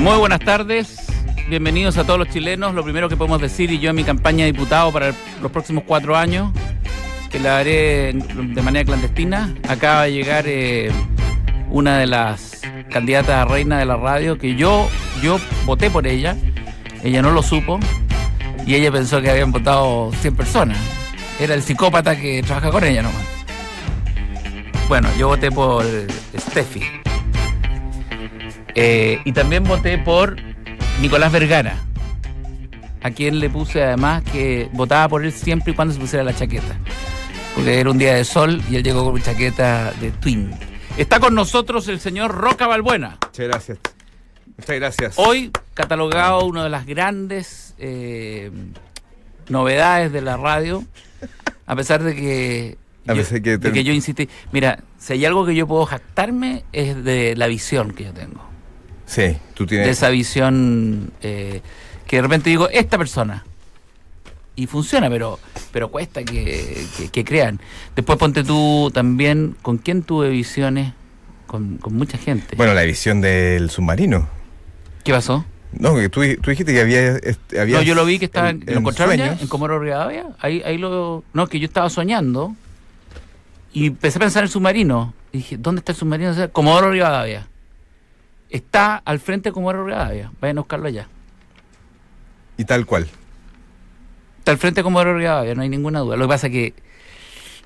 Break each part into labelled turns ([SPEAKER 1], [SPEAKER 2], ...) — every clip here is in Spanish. [SPEAKER 1] Muy buenas tardes, bienvenidos a todos los chilenos. Lo primero que podemos decir, y yo en mi campaña de diputado para el- los próximos cuatro años, que la haré en- de manera clandestina, acaba de llegar eh, una de las candidatas a reina de la radio, que yo, yo voté por ella, ella no lo supo, y ella pensó que habían votado 100 personas. Era el psicópata que trabaja con ella nomás. Bueno, yo voté por Steffi. Eh, y también voté por Nicolás Vergara, a quien le puse además que votaba por él siempre y cuando se pusiera la chaqueta. Porque era un día de sol y él llegó con chaqueta de twin. Está con nosotros el señor Roca Balbuena,
[SPEAKER 2] Muchas gracias. Muchas gracias.
[SPEAKER 1] hoy catalogado una de las grandes eh, novedades de la radio, a pesar de que,
[SPEAKER 2] A
[SPEAKER 1] yo,
[SPEAKER 2] pesar que
[SPEAKER 1] de
[SPEAKER 2] ten-
[SPEAKER 1] que yo insistí. Mira, si hay algo que yo puedo jactarme es de la visión que yo tengo.
[SPEAKER 2] Sí, tú
[SPEAKER 1] de
[SPEAKER 2] tienes.
[SPEAKER 1] esa visión eh, que de repente digo, esta persona. Y funciona, pero, pero cuesta que, que- que crean. Después ponte tú también, ¿con quién tuve visiones? Con, con mucha gente.
[SPEAKER 2] Bueno, la visión del submarino.
[SPEAKER 1] ¿Qué pasó?
[SPEAKER 2] No, que tú, tú dijiste que había. est- había
[SPEAKER 1] No, yo lo vi que estaba en,
[SPEAKER 2] en-
[SPEAKER 1] ¿lo encontraron ya?
[SPEAKER 2] sueños.
[SPEAKER 1] en Comoro Rivadavia. Ahí, ahí lo. No, que yo estaba soñando y empecé a pensar en el submarino. Y dije, ¿dónde está el submarino? O sea, Comodoro Rivadavia. Está al frente de Comodoro Rivadavia. Vayan a buscarlo allá.
[SPEAKER 2] Y tal cual.
[SPEAKER 1] Está al frente como Comodoro Rivadavia, no hay ninguna duda. Lo que pasa es que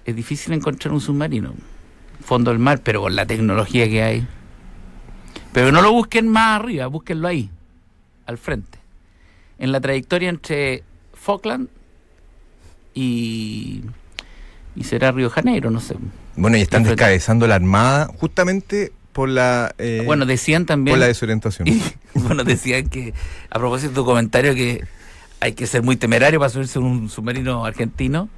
[SPEAKER 1] es difícil encontrar un submarino, fondo del mar, pero con la tecnología que hay. Pero no lo busquen más arriba, búsquenlo ahí, al frente. En la trayectoria entre Falkland y, y será Río Janeiro, no sé.
[SPEAKER 2] Bueno, y están
[SPEAKER 1] Pero-
[SPEAKER 2] descabezando la armada justamente por la. eh,
[SPEAKER 1] bueno, decían también...
[SPEAKER 2] por la desorientación.
[SPEAKER 1] Y, bueno, decían que, a propósito de tu comentario, que hay que ser muy temerario para subirse a un submarino argentino,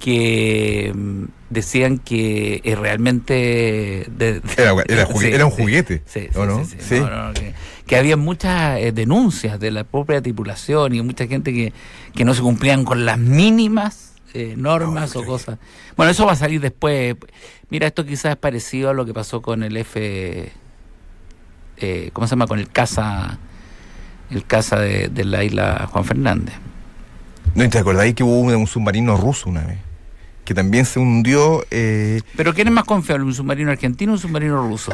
[SPEAKER 1] que mm, decían que es realmente... de- de-
[SPEAKER 2] Era, era jugue-
[SPEAKER 1] Sí,
[SPEAKER 2] era un
[SPEAKER 1] sí.
[SPEAKER 2] juguete.
[SPEAKER 1] Sí,
[SPEAKER 2] ¿o
[SPEAKER 1] sí,
[SPEAKER 2] no?
[SPEAKER 1] sí, sí. No, no, no, que, que había muchas eh, denuncias de la propia tripulación y mucha gente que, que no se cumplían con las mínimas eh, normas
[SPEAKER 2] No,
[SPEAKER 1] o
[SPEAKER 2] sí.
[SPEAKER 1] cosas. Bueno, eso va a salir después. Mira, esto quizás es parecido a lo que pasó con el F. eh, ¿Cómo se llama? Con el casa. El casa de, de la isla Juan Fernández.
[SPEAKER 2] No, y te acordáis que hubo un, un submarino ruso una vez. Que también se hundió. eh,
[SPEAKER 1] Pero ¿quién es más confiable? ¿Un submarino argentino o un submarino ruso?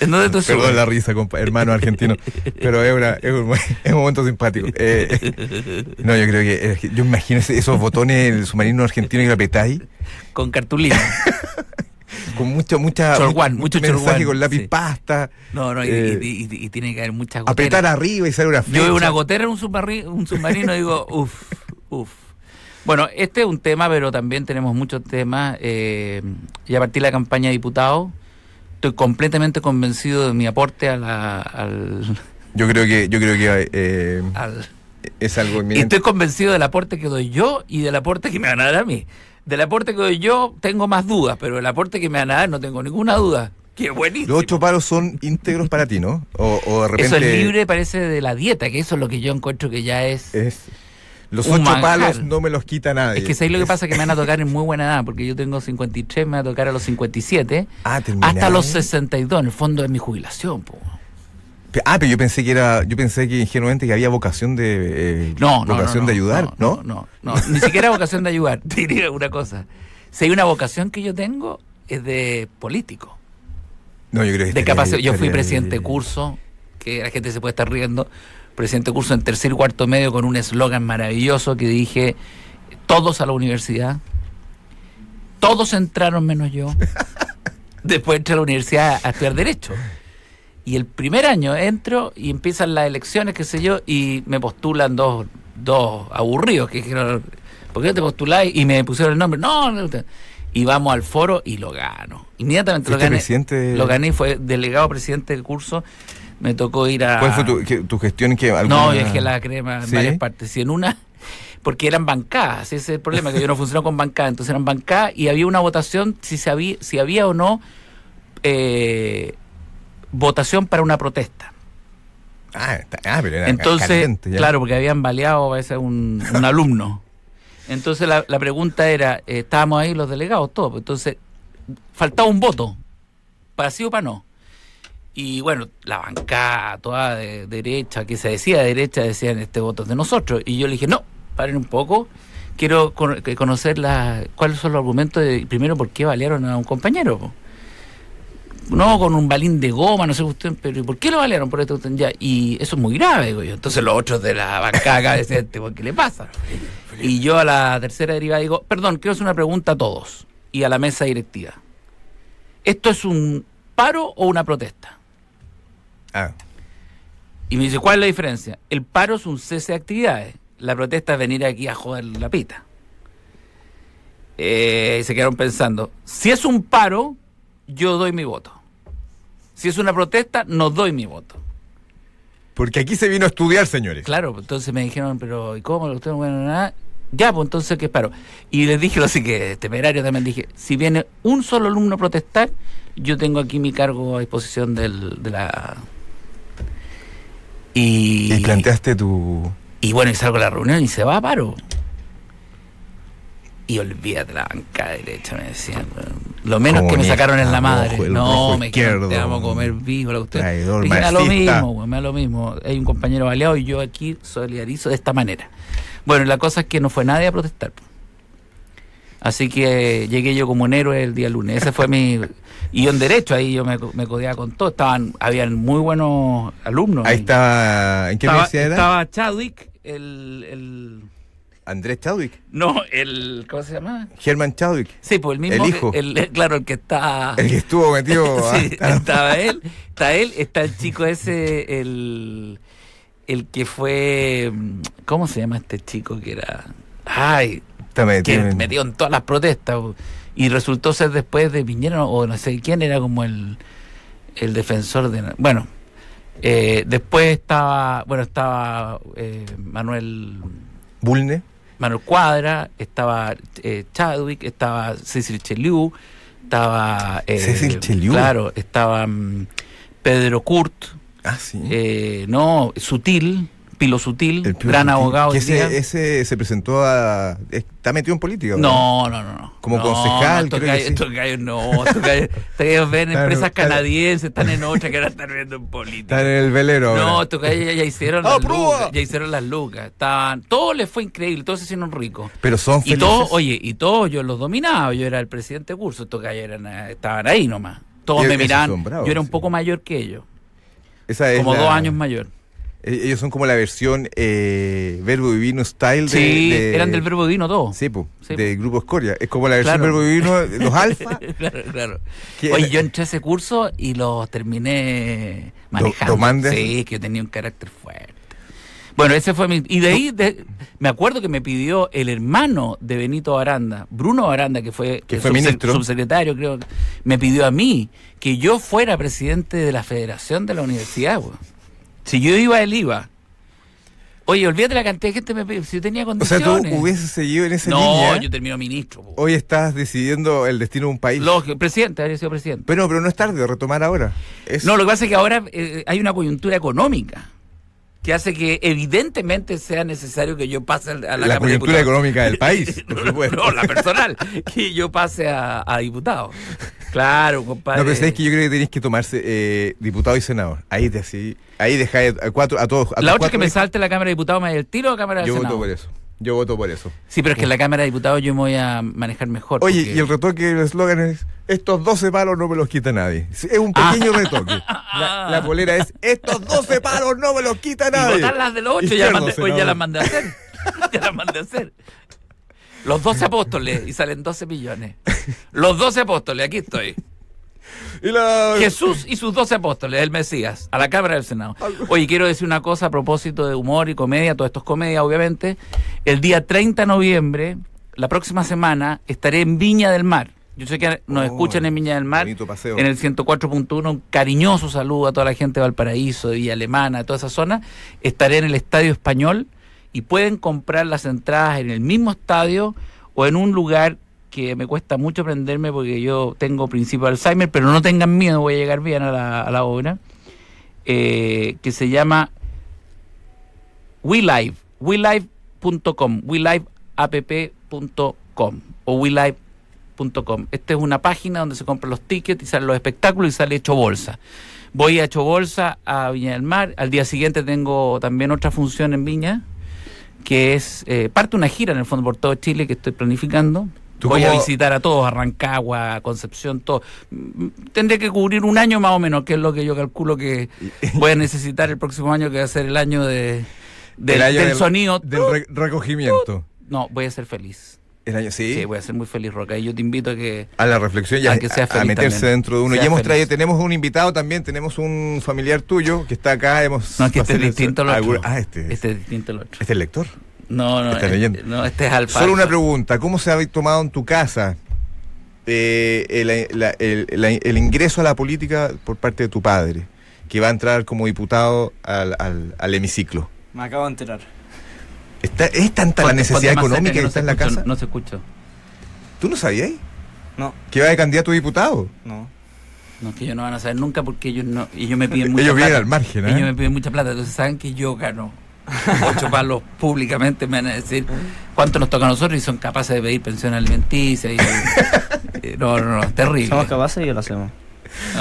[SPEAKER 1] ¿En dónde tú
[SPEAKER 2] Perdón
[SPEAKER 1] subes?
[SPEAKER 2] la risa, compa- hermano argentino, pero es, una- es un, es un momento simpático. Eh, no, yo creo que, es que- yo imagino ese- esos botones del submarino argentino que lo apretáis
[SPEAKER 1] Con cartulina.
[SPEAKER 2] con mucho, mucha,
[SPEAKER 1] Chorguán, mucho
[SPEAKER 2] mensaje
[SPEAKER 1] chorguán,
[SPEAKER 2] con lápiz
[SPEAKER 1] sí.
[SPEAKER 2] pasta,
[SPEAKER 1] No, no, y,
[SPEAKER 2] Eh,
[SPEAKER 1] y- y- y tiene que haber muchas goteras.
[SPEAKER 2] apretar arriba y sale una flecha.
[SPEAKER 1] Yo veo una gotera en un submarino, un submarino y digo, uff, uff. Bueno, este es un tema, pero también tenemos muchos temas. Eh, ya partí la campaña de diputado. Estoy completamente convencido de mi aporte a la, al...
[SPEAKER 2] Yo creo que, yo creo que eh,
[SPEAKER 1] al-
[SPEAKER 2] es algo
[SPEAKER 1] y
[SPEAKER 2] inminente.
[SPEAKER 1] estoy convencido del aporte que doy yo y del aporte que me van a dar a mí. Del aporte que doy yo tengo más dudas, pero el aporte que me van a dar no tengo ninguna duda. ¡Qué buenísimo!
[SPEAKER 2] Los ocho paros son íntegros para ti, ¿no? O, o de
[SPEAKER 1] Eso
[SPEAKER 2] repente Eh,
[SPEAKER 1] es libre, parece, de la dieta, que eso es lo que yo encuentro que ya es...
[SPEAKER 2] es- los
[SPEAKER 1] Un
[SPEAKER 2] ocho
[SPEAKER 1] manjar.
[SPEAKER 2] palos no me los quita nadie.
[SPEAKER 1] Es que ¿sabes lo que pasa? Que me van a tocar en muy buena edad, porque yo tengo 53, me va a tocar a los 57,
[SPEAKER 2] Ah, terminado.
[SPEAKER 1] hasta los 62, en el fondo de mi jubilación. po.
[SPEAKER 2] Pe- Ah, pero yo pensé que era, yo pensé que ingenuamente que había vocación de eh,
[SPEAKER 1] No, no,
[SPEAKER 2] vocación
[SPEAKER 1] no, no,
[SPEAKER 2] de ayudar,
[SPEAKER 1] No,
[SPEAKER 2] ¿no?
[SPEAKER 1] no, no, no, ni siquiera vocación de ayudar, te diría una cosa. Si hay una vocación que yo tengo, es de político.
[SPEAKER 2] No, yo creo que
[SPEAKER 1] De
[SPEAKER 2] estaría
[SPEAKER 1] capacidad.
[SPEAKER 2] ahí,
[SPEAKER 1] Yo fui
[SPEAKER 2] estaría
[SPEAKER 1] presidente
[SPEAKER 2] ahí.
[SPEAKER 1] de curso, que la gente se puede estar riendo, presidente de curso en tercer y cuarto medio con un eslogan maravilloso que dije, todos a la universidad, todos entraron menos yo. Después entré a la universidad a estudiar Derecho. Y el primer año entro y empiezan las elecciones, qué sé yo, y me postulan dos, dos aburridos que dijeron, ¿por qué no te postuláis? Y me pusieron el nombre, no, no, no". y vamos al foro y lo gano. Inmediatamente lo
[SPEAKER 2] Fuiste
[SPEAKER 1] gané.
[SPEAKER 2] presidente de-
[SPEAKER 1] Lo gané, fue delegado presidente del curso, me tocó ir a...
[SPEAKER 2] ¿Cuál fue tu, que- tu gestión que
[SPEAKER 1] No,
[SPEAKER 2] alguna-
[SPEAKER 1] yo dejé la crema en
[SPEAKER 2] ¿Sí?
[SPEAKER 1] varias partes. Y en una, porque eran bancadas, ese es el problema, que yo no funcionaba con bancada. Entonces eran bancadas y había una votación si, se había, si había o no eh, votación para una protesta.
[SPEAKER 2] Ah, está- ah, pero era
[SPEAKER 1] Entonces,
[SPEAKER 2] caliente, ya.
[SPEAKER 1] claro, porque habían baleado a veces un, un alumno. Entonces la, la pregunta era, eh, estábamos ahí los delegados, todos, pues, entonces faltaba un voto, para sí o para no. Y bueno, la bancada toda de derecha, que se decía de derecha, decían este voto es de nosotros. Y yo le dije, no, paren un poco, quiero con- que conocer la, cuáles son los argumentos de, primero, por qué balearon a un compañero. po. No con un balín de goma, no sé usted, pero ¿y ¿por qué lo balearon por esta cuestión? Ya, y eso es muy grave, digo yo. Entonces los otros de la bancada acá decían, este, ¿por ¿qué le pasa? Y yo a la tercera derivada digo, perdón, quiero hacer una pregunta a todos y a la mesa directiva. ¿Esto es un paro o una protesta?
[SPEAKER 2] Ah,
[SPEAKER 1] Y me dice, ¿cuál es la diferencia? El paro es un cese de actividades. La protesta es venir aquí a joder la pita. Eh, y se quedaron pensando, si es un paro, yo doy mi voto. Si es una protesta, no doy mi voto.
[SPEAKER 2] porque aquí se vino a estudiar, señores.
[SPEAKER 1] Claro, pues, entonces me dijeron, pero ¿y cómo? Ustedes no pueden nada. Ya, pues entonces ¿qué paro? Y les dije, así que temerario este también dije, si viene un solo alumno a protestar, yo tengo aquí mi cargo a disposición del, de la... Y,
[SPEAKER 2] Y, planteaste tu.
[SPEAKER 1] y bueno, y salgo a la reunión y se va a paro. Y olvídate la banca derecha, me decían. weón. Lo menos que me
[SPEAKER 2] Comunista,
[SPEAKER 1] sacaron en la
[SPEAKER 2] rojo,
[SPEAKER 1] madre.
[SPEAKER 2] el rojo
[SPEAKER 1] no, me dijeron, te
[SPEAKER 2] izquierdo,
[SPEAKER 1] vamos a comer vivo. La cuestión.
[SPEAKER 2] traidor,
[SPEAKER 1] Dije, me da lo
[SPEAKER 2] marxista.
[SPEAKER 1] mismo, weón, me da lo mismo. Hay un compañero baleado y yo aquí solidarizo de esta manera. Bueno, la cosa es que no fue nadie a protestar. Así que llegué yo como un héroe el día lunes. Ese fue mi. Y yo en derecho, ahí yo me, me codeaba con todo. Estaban, habían muy buenos alumnos.
[SPEAKER 2] Ahí estaba. ¿En qué
[SPEAKER 1] Estaba,
[SPEAKER 2] universidad era?
[SPEAKER 1] estaba Chadwick, el, el.
[SPEAKER 2] Andrés Chadwick.
[SPEAKER 1] No, el. ¿Cómo se llama?
[SPEAKER 2] Germán Chadwick.
[SPEAKER 1] Sí, pues el mismo.
[SPEAKER 2] El hijo.
[SPEAKER 1] que- el- claro, el que está.
[SPEAKER 2] El que estuvo metido.
[SPEAKER 1] Ah. Sí,
[SPEAKER 2] hasta-
[SPEAKER 1] estaba él, está él, está el chico ese, el. El que fue. mm, ¿Cómo se llama este chico que era.? Ay,
[SPEAKER 2] Está
[SPEAKER 1] que
[SPEAKER 2] metido en-
[SPEAKER 1] metió en todas las protestas. po. Y resultó ser después de Piñera, o no sé quién era como el, el defensor de. Bueno, eh, después estaba. Bueno, estaba eh, Manuel.
[SPEAKER 2] Bulne.
[SPEAKER 1] Manuel Cuadra, estaba eh, Chadwick, estaba Cecil Cheliu, estaba. eh,
[SPEAKER 2] Cecil Cheliú.
[SPEAKER 1] Claro, estaba mm, Pedro Kurt,
[SPEAKER 2] Ah, sí.
[SPEAKER 1] eh, no, Sutil, Pilo Sutil,
[SPEAKER 2] El Pío
[SPEAKER 1] gran
[SPEAKER 2] Sutil,
[SPEAKER 1] abogado.
[SPEAKER 2] que
[SPEAKER 1] hoy día.
[SPEAKER 2] ese, ese se presentó a. Está metido en política. ¿verdad?
[SPEAKER 1] No, no, no, no.
[SPEAKER 2] Como
[SPEAKER 1] No,
[SPEAKER 2] concejal,
[SPEAKER 1] estos
[SPEAKER 2] creo que
[SPEAKER 1] gallos-
[SPEAKER 2] sí.
[SPEAKER 1] estos gallos no, estos gallos, estos gallos ven
[SPEAKER 2] Claro,
[SPEAKER 1] empresas
[SPEAKER 2] claro.
[SPEAKER 1] canadienses, están en otra que ahora están viendo en
[SPEAKER 2] Está
[SPEAKER 1] política.
[SPEAKER 2] en el velero.
[SPEAKER 1] No,
[SPEAKER 2] ahora.
[SPEAKER 1] estos gallos ya, ya hicieron las
[SPEAKER 2] ¡Aprueba!
[SPEAKER 1] lucas, ya hicieron las lucas, estaban, todo les fue increíble, todos se hicieron ricos.
[SPEAKER 2] Pero son
[SPEAKER 1] Y
[SPEAKER 2] felices.
[SPEAKER 1] todos, oye, y todos yo los dominaba, yo era el presidente de curso, estos gallos eran, eh, estaban ahí nomás. Todos
[SPEAKER 2] Y
[SPEAKER 1] me
[SPEAKER 2] esos
[SPEAKER 1] miraban,
[SPEAKER 2] son bravos,
[SPEAKER 1] yo era un
[SPEAKER 2] sí.
[SPEAKER 1] poco mayor que ellos,
[SPEAKER 2] Esa es
[SPEAKER 1] como
[SPEAKER 2] la-
[SPEAKER 1] dos años mayor.
[SPEAKER 2] e- Ellos son como la versión eh, verbo divino style de-
[SPEAKER 1] sí,
[SPEAKER 2] de,
[SPEAKER 1] eran del verbo divino todos.
[SPEAKER 2] Sí, po,
[SPEAKER 1] Sí,
[SPEAKER 2] de Grupo Escoria. Es como la versión
[SPEAKER 1] Claro.
[SPEAKER 2] verbo divino, de los alfa.
[SPEAKER 1] claro, claro.
[SPEAKER 2] que-
[SPEAKER 1] Oye, yo entré a ese curso y lo terminé manejando.
[SPEAKER 2] ¿Domandes?
[SPEAKER 1] sí, que yo tenía un carácter fuerte. Bueno, ese fue mi... Y de ahí, de- me acuerdo que me pidió el hermano de Benito Aranda, Bruno Aranda, que fue,
[SPEAKER 2] Que
[SPEAKER 1] eh,
[SPEAKER 2] fue ministro.
[SPEAKER 1] subsecretario, creo, me pidió a mí que yo fuera presidente de la Federación de la Universidad. güey. Si yo iba, él iba. Oye, olvídate la cantidad de gente que me pidió, si yo tenía
[SPEAKER 2] O sea,
[SPEAKER 1] condiciones.
[SPEAKER 2] tú hubieses seguido en esa
[SPEAKER 1] no,
[SPEAKER 2] línea. ¿eh?
[SPEAKER 1] yo termino ministro. güey.
[SPEAKER 2] Hoy estás decidiendo el destino de un país.
[SPEAKER 1] Lógico, presidente, habría sido presidente.
[SPEAKER 2] Pero, pero no es tarde, retomar ahora. Es-
[SPEAKER 1] No, lo que pasa es que ahora eh, hay una coyuntura económica que hace que evidentemente sea necesario que yo pase a la
[SPEAKER 2] la,
[SPEAKER 1] Cámara de
[SPEAKER 2] coyuntura
[SPEAKER 1] Diputados.
[SPEAKER 2] económica del país, por
[SPEAKER 1] No, no,
[SPEAKER 2] supuesto.
[SPEAKER 1] no, la personal, que yo pase a, a diputado. Claro, compadre.
[SPEAKER 2] No, pero sabes que yo creo que tenés que tomarse eh, diputado y senador. Ahí te así, ahí dejáis a cuatro, a todos. a
[SPEAKER 1] la otra es
[SPEAKER 2] tus
[SPEAKER 1] que
[SPEAKER 2] cuatro
[SPEAKER 1] me
[SPEAKER 2] hijos.
[SPEAKER 1] salte la Cámara de Diputados, me da el tiro a Cámara de
[SPEAKER 2] Yo voto
[SPEAKER 1] Senado.
[SPEAKER 2] por eso. Yo voto por eso.
[SPEAKER 1] Sí, pero es que en la Cámara de Diputados yo me voy a manejar mejor.
[SPEAKER 2] Oye,
[SPEAKER 1] porque-
[SPEAKER 2] y el retoque del eslogan es: estos 12 palos no me los quita nadie. Sí, Es un
[SPEAKER 1] Ah.
[SPEAKER 2] pequeño retoque. La, la polera es: estos 12 palos no me los quita
[SPEAKER 1] Y
[SPEAKER 2] nadie.
[SPEAKER 1] botar las del 8, ya,
[SPEAKER 2] Izquierdo,
[SPEAKER 1] mandé- hoy ya
[SPEAKER 2] senador.
[SPEAKER 1] las mandé a hacer. ya las mandé a hacer. Los 12 apóstoles, y salen 12 millones. Los 12 apóstoles, aquí estoy.
[SPEAKER 2] Y la-
[SPEAKER 1] Jesús y sus 12 apóstoles, el Mesías, a la Cámara del Senado. Oye, quiero decir una cosa a propósito de humor y comedia, todo esto es comedia, obviamente. El día 30 de noviembre, la próxima semana, estaré en Viña del Mar. Yo sé que nos
[SPEAKER 2] Oh,
[SPEAKER 1] escuchan en Viña del Mar.
[SPEAKER 2] bonito paseo.
[SPEAKER 1] En el 104.1, un cariñoso saludo a toda la gente de Valparaíso, de Villa Alemana, toda esa zona. Estaré en el Estadio Español y pueden comprar las entradas en el mismo estadio o en un lugar que me cuesta mucho aprenderme porque yo tengo principio de Alzheimer, pero no tengan miedo, voy a llegar bien a la, a la obra, eh, que se llama WeLive, WeLive.com, WeLiveApp.com o WeLive.com. Esta es una página donde se compran los tickets y salen los espectáculos y sale hecho bolsa. Voy a Chobolsa, a Viña del Mar. Al día siguiente tengo también otra función en Viña, que es eh, parte de una gira en el fondo por todo Chile que estoy planificando.
[SPEAKER 2] ¿Tú
[SPEAKER 1] Voy a
[SPEAKER 2] cómo-
[SPEAKER 1] visitar a todos, a Rancagua, a Concepción, todo. Mm, Tendré que cubrir un año más o menos, que es lo que yo calculo que voy a necesitar el próximo año, que va a ser el año de, del,
[SPEAKER 2] El año
[SPEAKER 1] del sonido.
[SPEAKER 2] Del re- recogimiento.
[SPEAKER 1] No, voy a ser feliz.
[SPEAKER 2] El año, sí.
[SPEAKER 1] Sí, voy a ser muy feliz, Roca. Y yo te invito a que.
[SPEAKER 2] a la reflexión y
[SPEAKER 1] A
[SPEAKER 2] a,
[SPEAKER 1] que seas
[SPEAKER 2] a
[SPEAKER 1] feliz
[SPEAKER 2] meterse
[SPEAKER 1] también.
[SPEAKER 2] dentro de uno.
[SPEAKER 1] Seas
[SPEAKER 2] y hemos
[SPEAKER 1] feliz.
[SPEAKER 2] traído, tenemos un invitado también, tenemos un familiar tuyo que está acá. Hemos
[SPEAKER 1] No, es que este es distinto al otro.
[SPEAKER 2] Ah, este, este.
[SPEAKER 1] Este es distinto al otro.
[SPEAKER 2] es el lector.
[SPEAKER 1] No, no,
[SPEAKER 2] Está
[SPEAKER 1] eh,
[SPEAKER 2] leyendo.
[SPEAKER 1] no este es alfa.
[SPEAKER 2] Solo una
[SPEAKER 1] alfa.
[SPEAKER 2] pregunta, ¿cómo se ha tomado en tu casa eh, el, la- el- la- el ingreso a la política por parte de tu padre, que va a entrar como diputado al, al- al hemiciclo?
[SPEAKER 3] Me acabo de enterar.
[SPEAKER 2] Está- ¿Es tanta la
[SPEAKER 1] Ponte-
[SPEAKER 2] necesidad
[SPEAKER 1] ponte más cerca
[SPEAKER 2] económica que
[SPEAKER 1] no se
[SPEAKER 2] está en la
[SPEAKER 1] escucha,
[SPEAKER 2] casa?
[SPEAKER 1] No, se escucha.
[SPEAKER 2] ¿Tú no sabías
[SPEAKER 3] No,
[SPEAKER 2] que va de candidato a diputado?
[SPEAKER 3] no.
[SPEAKER 1] No, es que ellos no van a saber nunca porque ellos no. Ellos me piden mucha
[SPEAKER 2] Ellos vienen
[SPEAKER 1] plata.
[SPEAKER 2] al margen, ¿eh?
[SPEAKER 1] Ellos me piden mucha plata. Entonces saben que yo gano ocho palos públicamente. Me van a decir cuánto nos toca a nosotros y son capaces de pedir pensión alimenticia. Y, eh, no, no, no, es terrible.
[SPEAKER 3] Somos capaces y lo hacemos.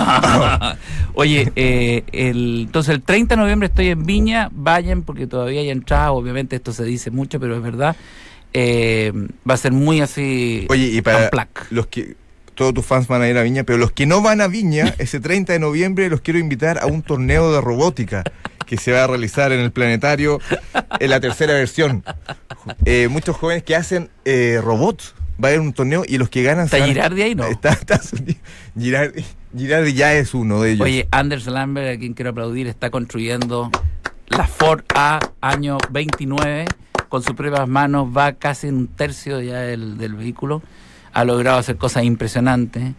[SPEAKER 1] Oye, eh, el, entonces el 30 de noviembre estoy en Viña, vayan porque todavía hay entradas, obviamente esto se dice mucho, pero es verdad. Eh, va a ser muy así...
[SPEAKER 2] Oye, y para
[SPEAKER 1] Amplac.
[SPEAKER 2] los que todos tus fans van a ir a Viña, pero los que no van a Viña, ese 30 de noviembre los quiero invitar a un torneo de robótica que se va a realizar en el planetario en la tercera versión. Eh, muchos jóvenes que hacen eh, robots, va a haber un torneo y los que ganan
[SPEAKER 1] ¿Está
[SPEAKER 2] se van-
[SPEAKER 1] Girardi ahí? No.
[SPEAKER 2] Está, está- Girardi- Girardi ya es uno de ellos.
[SPEAKER 1] Oye, Anders Lambert, a quien quiero aplaudir, está construyendo la Ford A año 29 con sus propias manos, va casi en un tercio ya del, del vehículo, ha logrado hacer cosas impresionantes.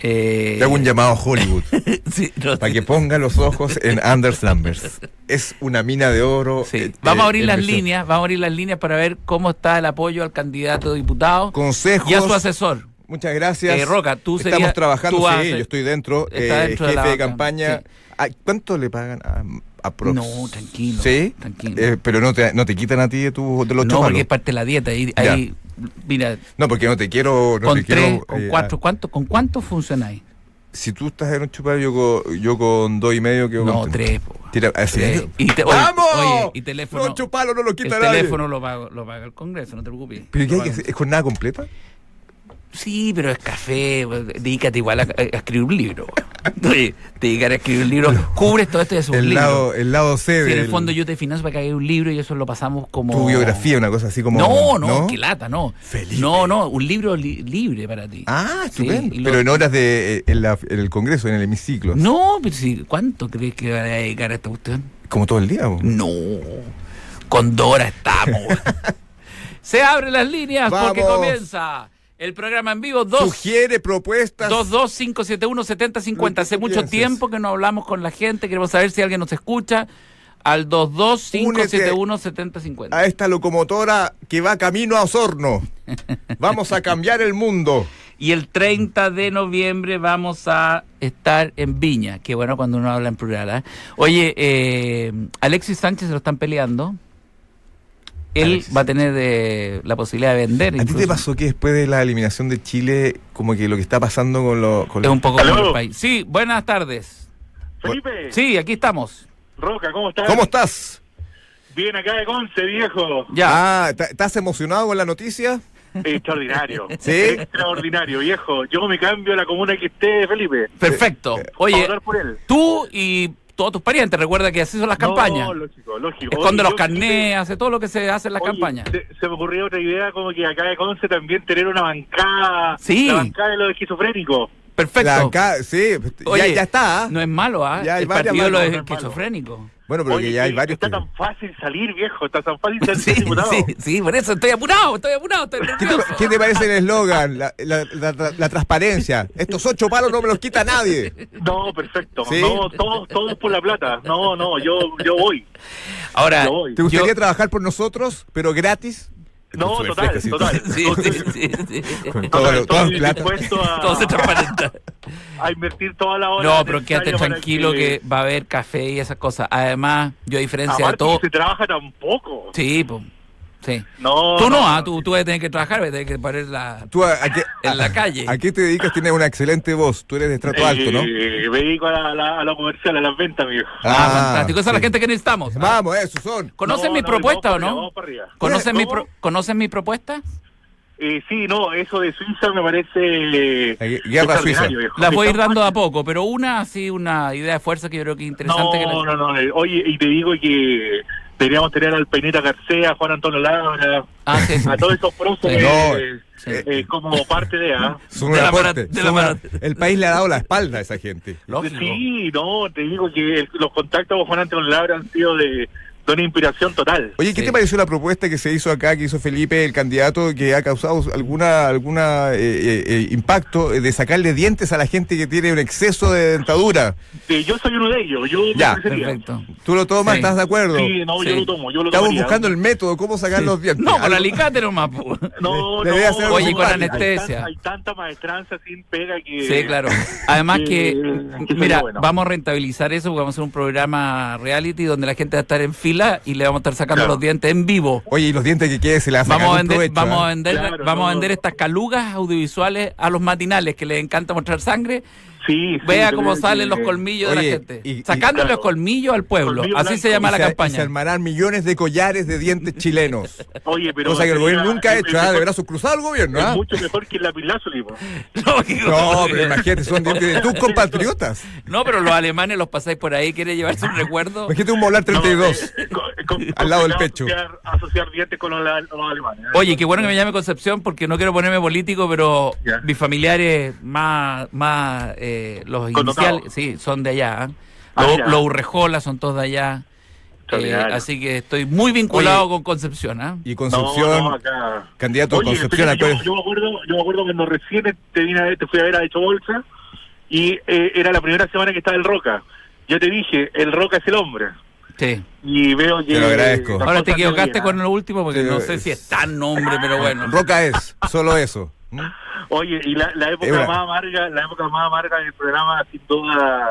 [SPEAKER 1] Eh,
[SPEAKER 2] Te hago un llamado a Hollywood
[SPEAKER 1] Sí, no,
[SPEAKER 2] para
[SPEAKER 1] sí.
[SPEAKER 2] que ponga los ojos en Anders Lambers. Es una mina de oro.
[SPEAKER 1] Sí.
[SPEAKER 2] eh,
[SPEAKER 1] Vamos a abrir
[SPEAKER 2] en
[SPEAKER 1] las
[SPEAKER 2] versión-
[SPEAKER 1] líneas, vamos a abrir las líneas para ver cómo está el apoyo al candidato a diputado
[SPEAKER 2] Consejos.
[SPEAKER 1] y a su asesor.
[SPEAKER 2] Muchas gracias.
[SPEAKER 1] Eh, Roca, tú
[SPEAKER 2] Estamos
[SPEAKER 1] serías-
[SPEAKER 2] trabajando,
[SPEAKER 1] tú
[SPEAKER 2] sí,
[SPEAKER 1] haces-
[SPEAKER 2] yo estoy dentro,
[SPEAKER 1] Está
[SPEAKER 2] eh,
[SPEAKER 1] dentro de
[SPEAKER 2] jefe
[SPEAKER 1] la
[SPEAKER 2] de,
[SPEAKER 1] banca,
[SPEAKER 2] campaña.
[SPEAKER 1] sí.
[SPEAKER 2] Ah, ¿Cuánto le pagan a, a Prox?
[SPEAKER 1] No, tranquilo,
[SPEAKER 2] ¿Sí?
[SPEAKER 1] tranquilo.
[SPEAKER 2] Eh, pero no te, no te quitan a ti de, tu, de los
[SPEAKER 1] no,
[SPEAKER 2] chópalos.
[SPEAKER 1] porque es parte de la dieta. Ahí, ahí, mira,
[SPEAKER 2] No, porque no te quiero... No
[SPEAKER 1] con
[SPEAKER 2] te
[SPEAKER 1] tres,
[SPEAKER 2] quiero,
[SPEAKER 1] con
[SPEAKER 2] eh,
[SPEAKER 1] cuatro, ¿cuánto, ¿con cuánto funcionáis?
[SPEAKER 2] ah, Si tú estás en un chupal, yo con, yo con dos y medio quedo
[SPEAKER 1] No,
[SPEAKER 2] contento.
[SPEAKER 1] tres. po, weón.
[SPEAKER 2] Tira- ¿en serio?
[SPEAKER 1] Tres. Y te- oye,
[SPEAKER 2] ¡Vamos!
[SPEAKER 1] oye, y teléfono,
[SPEAKER 2] No, chupalo, no lo
[SPEAKER 1] el
[SPEAKER 2] quita nadie.
[SPEAKER 1] teléfono lo, pago, lo paga el Congreso, no te preocupes.
[SPEAKER 2] ¿Pero qué
[SPEAKER 1] Lo
[SPEAKER 2] hay que
[SPEAKER 1] paga-
[SPEAKER 2] hacer? ¿Es jornada completa?
[SPEAKER 1] Sí, pero es café, weón. dedícate igual a, a escribir un libro. weón. Oye, te dedicar a escribir un libro, cubres todo esto y haces un
[SPEAKER 2] El
[SPEAKER 1] libro.
[SPEAKER 2] lado, el lado C
[SPEAKER 1] Si en el
[SPEAKER 2] del-
[SPEAKER 1] fondo yo te financio para que hagas un libro y eso lo pasamos como...
[SPEAKER 2] Tu biografía, una cosa así como...
[SPEAKER 1] no, no, qué lata, no.
[SPEAKER 2] Felipe.
[SPEAKER 1] No, no, un libro li- libre para ti.
[SPEAKER 2] Ah, estupendo.
[SPEAKER 1] Sí, y lo-
[SPEAKER 2] Pero en horas de. eh, En, la- en el Congreso, en el hemiciclo.
[SPEAKER 1] No, pero si, ¿cuánto crees que va a dedicar a esta cuestión?
[SPEAKER 2] Como todo el día. po.
[SPEAKER 1] No, con Dora estamos. Se abren las líneas porque
[SPEAKER 2] Vamos.
[SPEAKER 1] comienza el programa en vivo dos-
[SPEAKER 2] Sugiere propuestas.
[SPEAKER 1] 225717050. Hace mucho
[SPEAKER 2] Experiencias.
[SPEAKER 1] tiempo que no hablamos con la gente, queremos saber si alguien nos escucha. Al 225717050.
[SPEAKER 2] A esta locomotora que va camino a Osorno. Vamos a cambiar el mundo.
[SPEAKER 1] Y el 30 de noviembre vamos a estar en Viña. Qué bueno cuando uno habla en plural. ¿ah? Oye, eh, Alexis Sánchez se lo están peleando. Él
[SPEAKER 2] Alexis
[SPEAKER 1] va a tener eh, la posibilidad de vender.
[SPEAKER 2] ¿A ti te
[SPEAKER 1] incluso.
[SPEAKER 2] pasó que después de la eliminación de Chile, como que lo que está pasando con los. Con
[SPEAKER 1] Es un poco
[SPEAKER 4] ¿Aló?
[SPEAKER 1] como el país. Sí, buenas tardes.
[SPEAKER 4] Felipe,
[SPEAKER 1] Sí, aquí estamos.
[SPEAKER 4] Roca, ¿cómo estás?
[SPEAKER 2] ¿Cómo estás?
[SPEAKER 4] Bien acá de Conce, viejo.
[SPEAKER 1] Ya.
[SPEAKER 2] Ah, ¿ta- ¿estás emocionado con la noticia?
[SPEAKER 4] Extraordinario.
[SPEAKER 2] ¿Sí?
[SPEAKER 4] Extraordinario, viejo. Yo me cambio a la comuna que esté, Felipe.
[SPEAKER 1] Perfecto.
[SPEAKER 4] Para
[SPEAKER 1] Oye,
[SPEAKER 4] votar por él.
[SPEAKER 1] tú y todos tus parientes, recuerda que así son las campañas.
[SPEAKER 4] No, lógico, lógico.
[SPEAKER 1] Esconde
[SPEAKER 4] Oye,
[SPEAKER 1] los
[SPEAKER 4] yo-
[SPEAKER 1] carnés, hace todo lo que se hace en las
[SPEAKER 4] Oye,
[SPEAKER 1] campañas.
[SPEAKER 4] Se, se me ocurrió otra idea, como que acá de Conce también tener una bancada.
[SPEAKER 1] Sí.
[SPEAKER 4] La bancada de los esquizofrénicos.
[SPEAKER 1] Perfecto.
[SPEAKER 2] La ca- sí,
[SPEAKER 1] Oye,
[SPEAKER 2] ya, ya está. ¿ah?
[SPEAKER 1] No es malo, ¿ah?
[SPEAKER 2] Ya hay
[SPEAKER 1] el
[SPEAKER 2] varias
[SPEAKER 1] partido de los
[SPEAKER 2] manos,
[SPEAKER 4] no es malo.
[SPEAKER 1] esquizofrénicos.
[SPEAKER 2] Bueno, pero
[SPEAKER 4] Oye,
[SPEAKER 2] que ya hay
[SPEAKER 4] que
[SPEAKER 2] varios.
[SPEAKER 4] Está
[SPEAKER 2] que-
[SPEAKER 4] tan fácil salir, viejo. Está tan fácil salir
[SPEAKER 1] Sí,
[SPEAKER 4] diputado.
[SPEAKER 1] sí, sí, por eso estoy apurado, estoy apurado, estoy
[SPEAKER 2] ¿Qué te,
[SPEAKER 1] nervioso.
[SPEAKER 2] qué te parece el eslogan? La, la- la- la- la transparencia. Estos ocho palos no me los quita nadie.
[SPEAKER 4] No, perfecto.
[SPEAKER 2] Sí.
[SPEAKER 4] No, todos, todos por la plata. No, no, yo, yo voy.
[SPEAKER 1] Ahora,
[SPEAKER 4] Yo voy.
[SPEAKER 2] ¿Te gustaría
[SPEAKER 1] Yo-
[SPEAKER 2] trabajar por nosotros, pero gratis?
[SPEAKER 4] No,
[SPEAKER 2] Súper
[SPEAKER 4] total,
[SPEAKER 2] fresco, sí,
[SPEAKER 4] total.
[SPEAKER 1] sí, sí, sí, sí.
[SPEAKER 2] Con todo, lo- todo en
[SPEAKER 4] estoy
[SPEAKER 2] plata.
[SPEAKER 4] dispuesto a,
[SPEAKER 1] Todo se transparenta.
[SPEAKER 4] a invertir toda la hora.
[SPEAKER 1] No, pero quédate tranquilo que va a haber café y esas cosas. Además, yo a diferencia de
[SPEAKER 4] aparte
[SPEAKER 1] todo...
[SPEAKER 4] se trabaja tampoco.
[SPEAKER 1] Sí, po. Sí.
[SPEAKER 4] No.
[SPEAKER 1] tú no, ah, tú, tú vas a tener que trabajar, vas a tener que parar la...
[SPEAKER 2] Tú a, a qué-
[SPEAKER 1] En la
[SPEAKER 2] a-
[SPEAKER 1] calle.
[SPEAKER 2] ¿A qué te dedicas? Tienes una excelente voz. Tú eres de estrato alto, ¿no?
[SPEAKER 4] Eh, me dedico a, la- a la- a lo comercial, a las ventas, amigo.
[SPEAKER 1] Ah, fantástico. Esa es la
[SPEAKER 2] sí.
[SPEAKER 1] gente que necesitamos. Ah,
[SPEAKER 2] Vamos, eso son.
[SPEAKER 1] ¿Conocen
[SPEAKER 4] No,
[SPEAKER 1] mi
[SPEAKER 4] no,
[SPEAKER 1] propuesta
[SPEAKER 4] vamos
[SPEAKER 1] o
[SPEAKER 4] para arriba,
[SPEAKER 1] no?
[SPEAKER 4] vamos para arriba.
[SPEAKER 1] ¿Conocen mi,
[SPEAKER 4] ¿Cómo?
[SPEAKER 1] pro- ¿Conocen mi propuesta?
[SPEAKER 4] Eh, sí, no, eso de Suiza me parece... eh,
[SPEAKER 2] La gue- guerra suiza.
[SPEAKER 4] extraordinario, viejo.
[SPEAKER 1] La voy a ir
[SPEAKER 4] Está
[SPEAKER 1] dando de a poco, pero una así, una idea de fuerza que yo creo que es interesante. que la-
[SPEAKER 4] No, no, no. eh, Oye, y te digo que deberíamos tener al Peineta García, a Juan Antonio Labra,
[SPEAKER 1] Ah, sí, sí.
[SPEAKER 4] a todos esos próceres
[SPEAKER 2] Sí. No,
[SPEAKER 4] eh,
[SPEAKER 1] sí.
[SPEAKER 4] eh, como parte de... ah.
[SPEAKER 2] Son
[SPEAKER 1] De
[SPEAKER 2] un
[SPEAKER 1] la mara-
[SPEAKER 2] aporte,
[SPEAKER 1] de
[SPEAKER 2] son
[SPEAKER 1] la
[SPEAKER 2] una-
[SPEAKER 1] mara-
[SPEAKER 2] el país le ha dado la espalda a esa gente.
[SPEAKER 1] Lógico.
[SPEAKER 4] Sí, no, te digo que el- los contactos con Juan Antonio Labra han sido de, de una inspiración total.
[SPEAKER 2] Oye, ¿qué
[SPEAKER 1] Sí.
[SPEAKER 2] te pareció la propuesta que se hizo acá, que hizo Felipe, el candidato, que ha causado alguna alguna eh, eh, eh, impacto eh, de sacarle dientes a la gente que tiene un exceso de dentadura?
[SPEAKER 4] Eh, yo soy uno de ellos, yo me
[SPEAKER 2] Ya,
[SPEAKER 4] ofrecería.
[SPEAKER 1] Perfecto.
[SPEAKER 2] ¿Tú lo tomas?
[SPEAKER 1] Sí.
[SPEAKER 2] ¿Estás de acuerdo?
[SPEAKER 4] Sí, no,
[SPEAKER 1] Sí.
[SPEAKER 4] yo lo tomo, yo lo
[SPEAKER 2] Estamos
[SPEAKER 4] tomaría.
[SPEAKER 2] buscando el método, cómo sacar los dientes.
[SPEAKER 1] No, pues con
[SPEAKER 2] Algo-
[SPEAKER 1] alicate nomás. po.
[SPEAKER 4] No,
[SPEAKER 2] Le- le voy a hacer
[SPEAKER 4] no,
[SPEAKER 2] algo Oye,
[SPEAKER 4] no,
[SPEAKER 2] con
[SPEAKER 4] hay-
[SPEAKER 1] anestesia.
[SPEAKER 4] Hay, tan- hay tanta maestranza sin pega que...
[SPEAKER 1] Sí, claro. Además
[SPEAKER 4] Sí,
[SPEAKER 1] que,
[SPEAKER 4] sí, sí,
[SPEAKER 1] mira,
[SPEAKER 4] bueno.
[SPEAKER 1] vamos a rentabilizar eso porque vamos a hacer un programa reality donde la gente va a estar en fila y le vamos a estar sacando
[SPEAKER 4] Claro.
[SPEAKER 1] los dientes en vivo.
[SPEAKER 2] Oye, y los dientes que queden se le hacen
[SPEAKER 1] Vamos a vender, vamos
[SPEAKER 2] ¿ah?
[SPEAKER 1] a vender,
[SPEAKER 4] ¿eh? Claro,
[SPEAKER 1] vamos a
[SPEAKER 4] no,
[SPEAKER 1] vender
[SPEAKER 4] no.
[SPEAKER 1] estas calugas audiovisuales a los matinales que les encanta mostrar sangre.
[SPEAKER 4] Sí, sí,
[SPEAKER 1] Vea
[SPEAKER 4] yo
[SPEAKER 1] cómo
[SPEAKER 4] creo
[SPEAKER 1] salen
[SPEAKER 4] que-
[SPEAKER 1] los colmillos de
[SPEAKER 2] Oye,
[SPEAKER 1] la gente,
[SPEAKER 2] y- y-
[SPEAKER 1] sacándole
[SPEAKER 4] Claro.
[SPEAKER 1] los colmillos al pueblo.
[SPEAKER 4] Colmillo
[SPEAKER 1] Así se
[SPEAKER 4] blanco.
[SPEAKER 1] llama la
[SPEAKER 2] y se, y se
[SPEAKER 1] campaña.
[SPEAKER 2] armarán millones de collares de dientes chilenos.
[SPEAKER 4] Oye, pero...
[SPEAKER 2] cosa que el gobierno nunca ha
[SPEAKER 4] es-
[SPEAKER 2] hecho,
[SPEAKER 4] es
[SPEAKER 2] ¿ah? de
[SPEAKER 4] mejor-
[SPEAKER 2] brazos cruzados el gobierno. ¿ah?
[SPEAKER 4] Es mucho mejor que la pilazuli, po.
[SPEAKER 1] Lógico.
[SPEAKER 2] No, pero imagínate, son dientes de tus compatriotas.
[SPEAKER 1] No, pero los alemanes los pasáis por ahí, quiere llevarse un recuerdo.
[SPEAKER 2] Imagínate un molar 32.
[SPEAKER 4] No, eh, co- co-
[SPEAKER 2] Al lado del
[SPEAKER 4] complicado
[SPEAKER 2] pecho.
[SPEAKER 4] Asociar, asociar dientes con los, los alemanes. ¿eh?
[SPEAKER 1] Oye, qué bueno que me llame Concepción porque no quiero ponerme político, pero
[SPEAKER 4] Ya.
[SPEAKER 1] mis familiares más, más eh, los
[SPEAKER 4] Connotados.
[SPEAKER 1] iniciales, sí, son de allá. ¿eh?
[SPEAKER 4] Ah,
[SPEAKER 1] Los
[SPEAKER 4] ya.
[SPEAKER 1] los Urrejola son todos de allá. Eh,
[SPEAKER 4] Extraordinario.
[SPEAKER 1] así que estoy muy vinculado
[SPEAKER 2] Oye.
[SPEAKER 1] con Concepción. ¿ah?
[SPEAKER 2] Y
[SPEAKER 4] No,
[SPEAKER 2] Concepción,
[SPEAKER 4] no, acá.
[SPEAKER 2] candidato a
[SPEAKER 4] Oye,
[SPEAKER 2] Concepción.
[SPEAKER 4] espérate,
[SPEAKER 2] acuérdate.
[SPEAKER 4] yo, yo me acuerdo, yo me acuerdo cuando recién te vine a ver, te fui a ver a Hecho Bolsa y eh, era la primera semana que estaba el Roca. Yo te dije, el Roca es el hombre.
[SPEAKER 1] Sí.
[SPEAKER 4] Y veo que...
[SPEAKER 2] Te lo agradezco.
[SPEAKER 4] las
[SPEAKER 1] Ahora
[SPEAKER 4] cosas
[SPEAKER 1] te
[SPEAKER 4] no
[SPEAKER 1] equivocaste
[SPEAKER 4] llegan.
[SPEAKER 1] con lo último porque
[SPEAKER 2] Sí,
[SPEAKER 1] no sé
[SPEAKER 2] es- Ah,
[SPEAKER 1] si es tan nombre, pero bueno.
[SPEAKER 2] Roca es, solo eso. ¿Mm?
[SPEAKER 4] Oye, y la, la época
[SPEAKER 2] Eura.
[SPEAKER 4] más amarga, la época más amarga del programa, sin duda,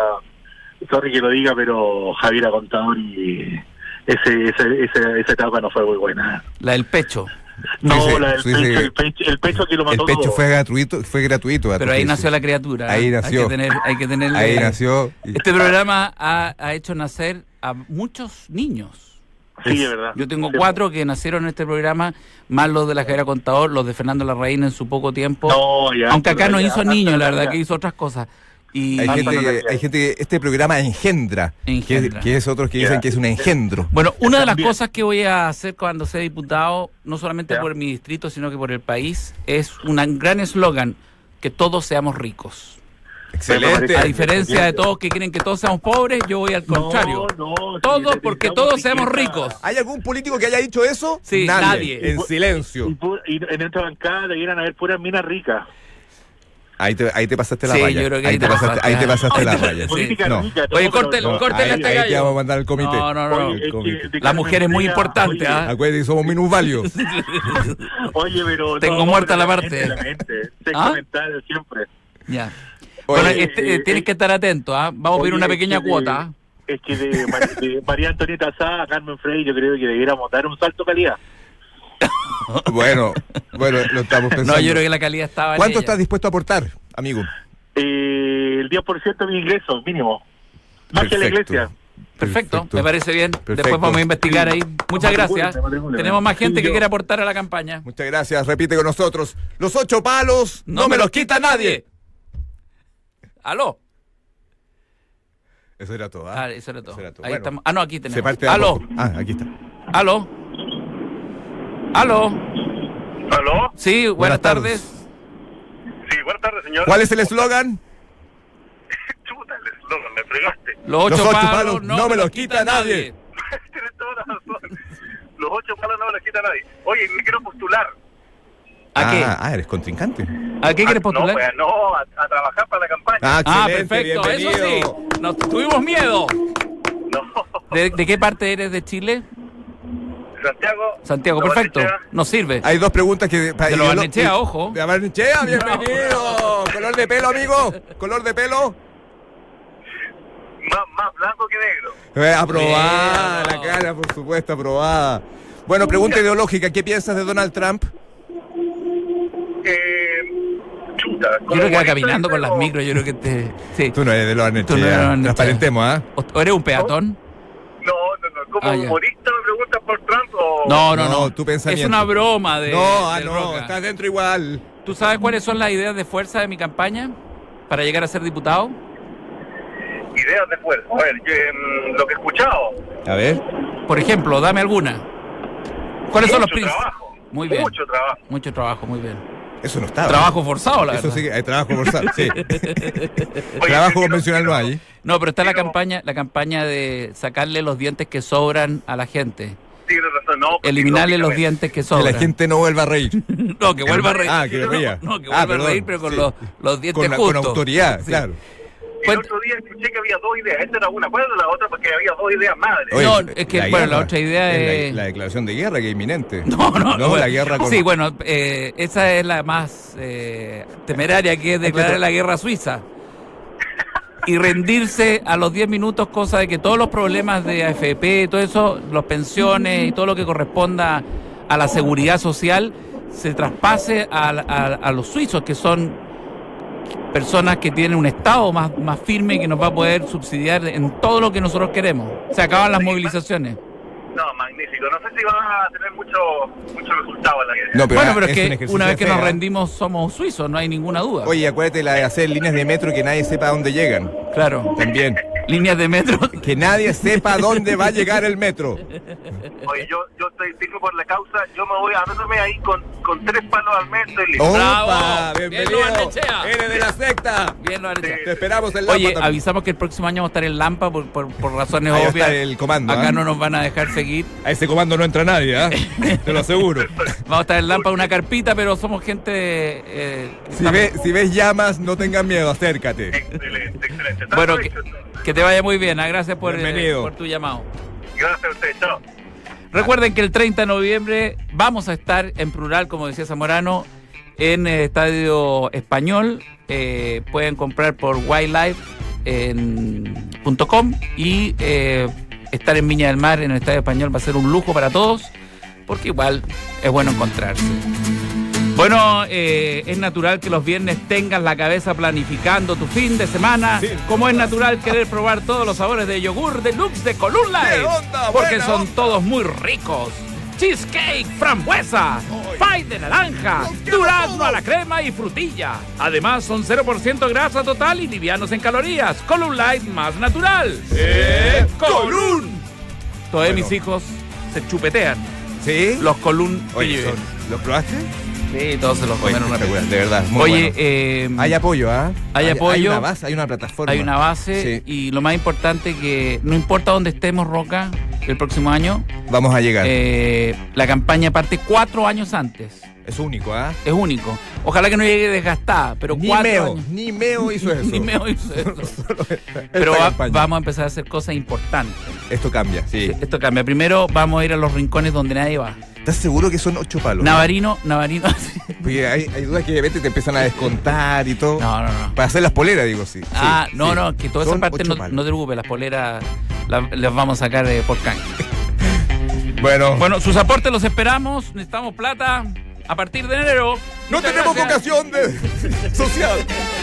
[SPEAKER 4] sorry que lo diga, pero Javier Contador y ese, ese, ese- esa etapa no fue muy buena.
[SPEAKER 1] La del pecho.
[SPEAKER 4] No,
[SPEAKER 2] Sí, sí,
[SPEAKER 4] la del
[SPEAKER 2] sí,
[SPEAKER 4] pecho,
[SPEAKER 2] sí.
[SPEAKER 4] el pecho, el pecho que lo
[SPEAKER 2] El
[SPEAKER 4] mató
[SPEAKER 2] pecho
[SPEAKER 4] todo.
[SPEAKER 2] fue gratuito, fue gratuito.
[SPEAKER 1] Pero ahí
[SPEAKER 2] Patricio.
[SPEAKER 1] nació la criatura. ¿eh?
[SPEAKER 2] Ahí
[SPEAKER 1] Hay
[SPEAKER 2] nació.
[SPEAKER 1] que, tener, hay que tenerle-
[SPEAKER 2] Ahí nació. y-
[SPEAKER 1] Este programa ha, ha hecho nacer a muchos niños.
[SPEAKER 4] Sí, de verdad.
[SPEAKER 1] Yo tengo
[SPEAKER 4] Sí.
[SPEAKER 1] cuatro que nacieron en este programa, más los de la Javiera Contador, los de Fernando Larraín en su poco tiempo.
[SPEAKER 4] No, ya,
[SPEAKER 1] Aunque acá no
[SPEAKER 4] ya,
[SPEAKER 1] hizo
[SPEAKER 4] hasta
[SPEAKER 1] niños, la
[SPEAKER 4] ya.
[SPEAKER 1] verdad que hizo otras cosas. Y
[SPEAKER 2] Hay gente,
[SPEAKER 4] Hasta la
[SPEAKER 2] que,
[SPEAKER 4] nación.
[SPEAKER 2] hay gente que este programa engendra, que-
[SPEAKER 1] Engendra.
[SPEAKER 2] Que, es otros que dicen
[SPEAKER 4] Ya.
[SPEAKER 2] que es un engendro.
[SPEAKER 1] bueno, una de las
[SPEAKER 4] También.
[SPEAKER 1] cosas que voy a hacer cuando sea diputado, no solamente
[SPEAKER 4] Ya.
[SPEAKER 1] por mi distrito, sino que por el país, es un gran eslogan, que todos seamos ricos.
[SPEAKER 2] Excelente.
[SPEAKER 4] Sí.
[SPEAKER 1] A diferencia de todos que quieren que todos seamos pobres, yo voy al contrario.
[SPEAKER 4] No, no, sí,
[SPEAKER 1] Todos porque
[SPEAKER 4] necesitamos
[SPEAKER 1] todos seamos
[SPEAKER 4] riqueza.
[SPEAKER 1] ricos.
[SPEAKER 2] ¿Hay algún político que haya dicho eso?
[SPEAKER 1] Sí, nadie.
[SPEAKER 2] En
[SPEAKER 4] Y,
[SPEAKER 2] silencio.
[SPEAKER 4] pu- y en esta bancada debieran haber puras minas ricas.
[SPEAKER 2] Ahí te, ahí te pasaste la
[SPEAKER 1] Sí,
[SPEAKER 2] raya.
[SPEAKER 1] yo creo que
[SPEAKER 2] ahí,
[SPEAKER 1] ahí
[SPEAKER 2] te
[SPEAKER 1] te
[SPEAKER 2] pasaste,
[SPEAKER 1] pasaste.
[SPEAKER 2] ahí te pasaste
[SPEAKER 1] Ahí
[SPEAKER 2] la
[SPEAKER 1] te-
[SPEAKER 2] raya.
[SPEAKER 1] Sí.
[SPEAKER 4] Política
[SPEAKER 2] No.
[SPEAKER 4] rica. todo,
[SPEAKER 1] Oye,
[SPEAKER 4] pero-
[SPEAKER 1] corten,
[SPEAKER 2] No,
[SPEAKER 1] corten
[SPEAKER 2] ahí,
[SPEAKER 1] este
[SPEAKER 2] ahí te
[SPEAKER 1] gallo.
[SPEAKER 2] vamos a mandar al comité.
[SPEAKER 1] No, no, no.
[SPEAKER 4] Oye, es que de
[SPEAKER 1] La
[SPEAKER 4] Carmen
[SPEAKER 1] mujer es muy
[SPEAKER 4] Perea,
[SPEAKER 1] importante,
[SPEAKER 4] oye,
[SPEAKER 1] ¿ah?
[SPEAKER 2] Acuérdate que somos minusválidos.
[SPEAKER 4] Oye, pero.
[SPEAKER 1] Tengo
[SPEAKER 4] no,
[SPEAKER 1] muerta
[SPEAKER 4] pero
[SPEAKER 1] la parte.
[SPEAKER 4] mente, La mente, ese
[SPEAKER 1] ¿Ah?
[SPEAKER 4] comentario siempre.
[SPEAKER 1] Ya.
[SPEAKER 2] Oye,
[SPEAKER 1] bueno, este,
[SPEAKER 4] eh,
[SPEAKER 1] eh, tienes que estar atento, ¿ah? Vamos a pedir
[SPEAKER 4] Oye, este, eh,
[SPEAKER 1] una pequeña
[SPEAKER 4] es que de-
[SPEAKER 1] cuota. ¿ah?
[SPEAKER 4] Es que de, Mar- de María Antonieta Sá a Carmen Frey, yo creo que debiéramos dar un salto de calidad.
[SPEAKER 2] Bueno, bueno, lo estamos pensando.
[SPEAKER 1] No, yo creo que la calidad estaba. en ella.
[SPEAKER 2] ¿Cuánto estás dispuesto a aportar, amigo?
[SPEAKER 4] Eh, el 10% de mi ingreso, mínimo. Más que la
[SPEAKER 2] Perfecto.
[SPEAKER 4] iglesia.
[SPEAKER 1] Perfecto, me parece bien.
[SPEAKER 2] Perfecto.
[SPEAKER 1] Después vamos a investigar ahí. Muchas gracias.
[SPEAKER 4] matriculé, matriculé.
[SPEAKER 1] Tenemos más gente
[SPEAKER 4] Sí,
[SPEAKER 1] que
[SPEAKER 4] yo-
[SPEAKER 1] quiere aportar a la campaña.
[SPEAKER 2] Muchas gracias. Repite con nosotros. Los ocho palos
[SPEAKER 1] No, me los quita nadie. Aló.
[SPEAKER 2] Eso era todo. ¿ah?
[SPEAKER 1] Ah, eso era todo.
[SPEAKER 2] Eso era todo.
[SPEAKER 1] Ahí
[SPEAKER 2] Bueno,
[SPEAKER 1] estamos. Ah, no, aquí
[SPEAKER 2] Se
[SPEAKER 1] tenemos.
[SPEAKER 2] parte de
[SPEAKER 1] Aló,
[SPEAKER 2] abajo. Ah, aquí está.
[SPEAKER 1] aló. Aló.
[SPEAKER 5] ¿Aló?
[SPEAKER 1] Sí, buenas,
[SPEAKER 2] Buenas tardes.
[SPEAKER 1] tardes.
[SPEAKER 5] Sí, buenas tardes, señor.
[SPEAKER 2] ¿Cuál es el eslogan?
[SPEAKER 5] Chuta, el eslogan, me fregaste.
[SPEAKER 1] Los ocho,
[SPEAKER 2] Los ocho
[SPEAKER 1] palos,
[SPEAKER 2] palos
[SPEAKER 1] no me los quita nadie.
[SPEAKER 5] Tienes toda la razón. Los ocho palos no me los quita nadie. Oye, me quiero postular.
[SPEAKER 1] ¿A qué?
[SPEAKER 2] Ah, ah, eres contrincante.
[SPEAKER 1] ¿A qué quieres postular?
[SPEAKER 5] No, pues, no, a, a trabajar para la campaña.
[SPEAKER 2] Ah,
[SPEAKER 1] Ah,
[SPEAKER 2] excelente,
[SPEAKER 1] perfecto,
[SPEAKER 2] bienvenido.
[SPEAKER 1] eso sí. Nos tuvimos miedo.
[SPEAKER 5] No,
[SPEAKER 1] ¿De, de qué parte eres de Chile?
[SPEAKER 5] Santiago.
[SPEAKER 1] Santiago,
[SPEAKER 5] no,
[SPEAKER 1] perfecto.
[SPEAKER 5] Barnechea.
[SPEAKER 1] Nos sirve.
[SPEAKER 2] Hay dos preguntas que... para-
[SPEAKER 1] De los
[SPEAKER 2] ideolo-
[SPEAKER 1] Barnechea, ojo.
[SPEAKER 2] De Barnechea, bienvenido. ¿Color de pelo, amigo? ¿Color de pelo?
[SPEAKER 5] Más, más blanco que negro.
[SPEAKER 2] Eh, aprobada,
[SPEAKER 1] Bueno.
[SPEAKER 2] la cara, por supuesto, aprobada. Bueno, pregunta ideológica, ¿qué piensas de Donald Trump?
[SPEAKER 5] Eh, chuta.
[SPEAKER 1] Yo
[SPEAKER 5] como
[SPEAKER 1] creo que va
[SPEAKER 5] humanista
[SPEAKER 1] caminando con las
[SPEAKER 5] digo,
[SPEAKER 1] micros, yo creo que te... Sí.
[SPEAKER 2] Tú no eres de los
[SPEAKER 1] Tú no eres
[SPEAKER 2] anarquía,
[SPEAKER 1] anarquía.
[SPEAKER 2] Transparentemos, ¿ah?
[SPEAKER 1] ¿O- ¿O eres un peatón?
[SPEAKER 5] No, no, no. Como
[SPEAKER 1] Ah, ya.
[SPEAKER 5] humorista me preguntan por Trump o...
[SPEAKER 1] No, no, no.
[SPEAKER 2] No, tu pensamiento.
[SPEAKER 1] Es una broma de.
[SPEAKER 2] No, ah,
[SPEAKER 1] del
[SPEAKER 2] no,
[SPEAKER 1] Roca.
[SPEAKER 2] estás dentro igual.
[SPEAKER 1] ¿Tú sabes cuáles son las ideas de fuerza de mi campaña para llegar a ser diputado?
[SPEAKER 5] Ideas de fuerza. A ver, yo, em, lo que he escuchado.
[SPEAKER 2] A ver.
[SPEAKER 1] Por ejemplo, dame alguna. ¿Cuáles son los
[SPEAKER 5] mucho
[SPEAKER 1] principios?
[SPEAKER 5] trabajo.
[SPEAKER 1] Muy bien.
[SPEAKER 5] Mucho trabajo.
[SPEAKER 1] Mucho trabajo, muy bien.
[SPEAKER 2] Eso no estaba.
[SPEAKER 1] Trabajo forzado, la
[SPEAKER 2] Eso
[SPEAKER 1] verdad.
[SPEAKER 2] sí, que- hay trabajo forzado, sí.
[SPEAKER 5] Oye,
[SPEAKER 2] trabajo
[SPEAKER 5] quiero-
[SPEAKER 2] convencional no
[SPEAKER 5] quiero-
[SPEAKER 2] hay.
[SPEAKER 1] No, pero está la
[SPEAKER 5] Pero-
[SPEAKER 1] campaña, la campaña de sacarle los dientes que sobran a la gente.
[SPEAKER 5] Tienes razón, no, porque
[SPEAKER 1] Eliminarle los
[SPEAKER 5] lógicamente-
[SPEAKER 1] dientes que
[SPEAKER 2] Que
[SPEAKER 1] sobran.
[SPEAKER 2] la gente no vuelva a reír.
[SPEAKER 1] No, que vuelva a reír.
[SPEAKER 2] Ah, que ría.
[SPEAKER 1] No, que
[SPEAKER 2] Ah,
[SPEAKER 1] vuelva
[SPEAKER 2] perdón,
[SPEAKER 1] a reír, pero con
[SPEAKER 2] sí.
[SPEAKER 1] los, los dientes
[SPEAKER 2] Con, la- con
[SPEAKER 1] justos.
[SPEAKER 2] autoridad,
[SPEAKER 1] Sí.
[SPEAKER 2] claro.
[SPEAKER 5] El
[SPEAKER 1] Cuenta-
[SPEAKER 5] otro día escuché que había dos ideas. Esta era una. ¿Cuál era la otra? Porque había dos ideas madres.
[SPEAKER 1] Oye. No, es que, bueno, la otra idea es-
[SPEAKER 2] La, la declaración de guerra que es inminente.
[SPEAKER 1] No, no,
[SPEAKER 2] No,
[SPEAKER 1] bueno.
[SPEAKER 2] la guerra con-
[SPEAKER 1] Sí, bueno, eh, esa es la más eh, temeraria que es declarar la guerra a Suiza. Y rendirse a los 10 minutos, cosa de que todos los problemas de AFP, todo eso, las pensiones y todo lo que corresponda a la seguridad social, se traspase a, la- a- a los suizos, que son personas que tienen un Estado más, más firme que nos va a poder subsidiar en todo lo que nosotros queremos. Se acaban las movilizaciones.
[SPEAKER 5] No, magnífico. No sé si va a tener mucho, mucho resultado en la guerra.
[SPEAKER 2] No, pero
[SPEAKER 1] bueno,
[SPEAKER 2] ah,
[SPEAKER 1] pero es,
[SPEAKER 2] un
[SPEAKER 1] que
[SPEAKER 2] ejercicio
[SPEAKER 1] una vez que
[SPEAKER 2] de fe,
[SPEAKER 1] nos
[SPEAKER 2] ¿ah?
[SPEAKER 1] rendimos somos suizos, no hay ninguna duda.
[SPEAKER 2] Oye, acuérdate la de hacer líneas de metro que nadie sepa a dónde llegan.
[SPEAKER 1] Claro.
[SPEAKER 2] También.
[SPEAKER 1] Líneas de metro.
[SPEAKER 2] Que nadie sepa a dónde va a llegar el metro.
[SPEAKER 5] Oye, yo, yo estoy firme por la causa. Yo me voy a meterme ahí con, con tres palos al mes. Estoy
[SPEAKER 1] Oh.
[SPEAKER 5] listo.
[SPEAKER 2] ¡Opa!
[SPEAKER 1] Bien,
[SPEAKER 2] ¡Bienvenido!
[SPEAKER 1] Luan Lechea.
[SPEAKER 2] ¡Eres de la secta!
[SPEAKER 1] Bien, lo han hecho.
[SPEAKER 2] Te esperamos en la
[SPEAKER 1] Oye, avisamos que el próximo año vamos a estar en Lampa por, por, por razones
[SPEAKER 2] Ahí va a
[SPEAKER 1] obvias.
[SPEAKER 2] estar el comando,
[SPEAKER 1] Acá
[SPEAKER 2] ¿ah?
[SPEAKER 1] no nos van a dejar seguir.
[SPEAKER 2] A ese comando no entra nadie, ¿ah? Te lo aseguro.
[SPEAKER 1] Vamos a estar en Lampa en una carpita, pero somos gente. eh, que
[SPEAKER 2] Si,
[SPEAKER 1] está-
[SPEAKER 2] ve- si ves llamas, no tengas miedo, acércate.
[SPEAKER 5] Excelente, excelente. Está
[SPEAKER 1] Bueno, que,
[SPEAKER 5] listo, entonces.
[SPEAKER 1] que te vaya muy bien. ¿ah? Gracias por, eh,
[SPEAKER 2] Bienvenido.
[SPEAKER 1] por tu llamado.
[SPEAKER 5] Gracias a ustedes. Chao.
[SPEAKER 1] Recuerden que el 30 de noviembre vamos a estar en plural, como decía Zamorano, en el Estadio Español. Eh, pueden comprar por wildlife.com y eh, estar en Viña del Mar en el Estadio Español va a ser un lujo para todos, porque igual es bueno encontrarse. Bueno, eh, es natural que los viernes tengas la cabeza planificando tu fin de semana,
[SPEAKER 2] Sí.
[SPEAKER 1] como es natural querer probar todos los sabores de yogur deluxe de Column Light,
[SPEAKER 2] ¡Qué onda!
[SPEAKER 1] porque
[SPEAKER 2] ¡Buena
[SPEAKER 1] son
[SPEAKER 2] onda!
[SPEAKER 1] todos muy ricos. Cheesecake, frambuesa, pie de naranja, durazno a la crema y frutilla. Además, son 0% grasa total y livianos en calorías. Column Light más natural. ¡Eh! ¡Column! Todos
[SPEAKER 2] Bueno.
[SPEAKER 1] mis hijos se chupetean
[SPEAKER 2] ¿Sí?
[SPEAKER 1] los Column que
[SPEAKER 2] Oye,
[SPEAKER 1] lleven.
[SPEAKER 2] son- ¿los probaste?
[SPEAKER 1] Sí, todos se los
[SPEAKER 2] Oye,
[SPEAKER 1] comen una
[SPEAKER 2] espectacular,
[SPEAKER 1] vez.
[SPEAKER 2] de verdad, muy
[SPEAKER 1] Oye,
[SPEAKER 2] bueno.
[SPEAKER 1] eh,
[SPEAKER 2] Hay apoyo, ¿ah?
[SPEAKER 1] hay apoyo.
[SPEAKER 2] Hay una base, hay una plataforma.
[SPEAKER 1] hay una base
[SPEAKER 2] Sí,
[SPEAKER 1] y lo más importante que no importa dónde estemos, Roca, el próximo año,
[SPEAKER 2] vamos a llegar.
[SPEAKER 1] eh, la campaña parte cuatro años antes.
[SPEAKER 2] es único, ¿ah?
[SPEAKER 1] Es único. Ojalá que no llegue desgastada, pero
[SPEAKER 2] Ni
[SPEAKER 1] cuatro
[SPEAKER 2] Meo,
[SPEAKER 1] años.
[SPEAKER 2] ni Meo hizo eso.
[SPEAKER 1] Ni Meo hizo eso.
[SPEAKER 2] Esta
[SPEAKER 1] Pero va-
[SPEAKER 2] campaña.
[SPEAKER 1] vamos a empezar a hacer cosas importantes.
[SPEAKER 2] Esto cambia, sí.
[SPEAKER 1] Esto cambia. Primero vamos a ir a los rincones donde nadie va.
[SPEAKER 2] ¿Estás seguro que son ocho palos?
[SPEAKER 1] Navarino, Navarino.
[SPEAKER 2] Porque hay, hay dudas que de repente te empiezan a descontar y todo.
[SPEAKER 1] eh, No, no, no.
[SPEAKER 2] Para hacer las poleras, digo, sí.
[SPEAKER 1] Ah,
[SPEAKER 2] Sí,
[SPEAKER 1] no,
[SPEAKER 2] sí.
[SPEAKER 1] no, que toda esa
[SPEAKER 2] Son
[SPEAKER 1] parte
[SPEAKER 2] ocho
[SPEAKER 1] no,
[SPEAKER 2] palos.
[SPEAKER 1] no te preocupes, las poleras las, las vamos a sacar eh, por canje.
[SPEAKER 2] Bueno,
[SPEAKER 1] Bueno, sus aportes los esperamos. Necesitamos plata a partir de enero.
[SPEAKER 2] no
[SPEAKER 1] Muchas
[SPEAKER 2] tenemos
[SPEAKER 1] gracias.
[SPEAKER 2] vocación de social.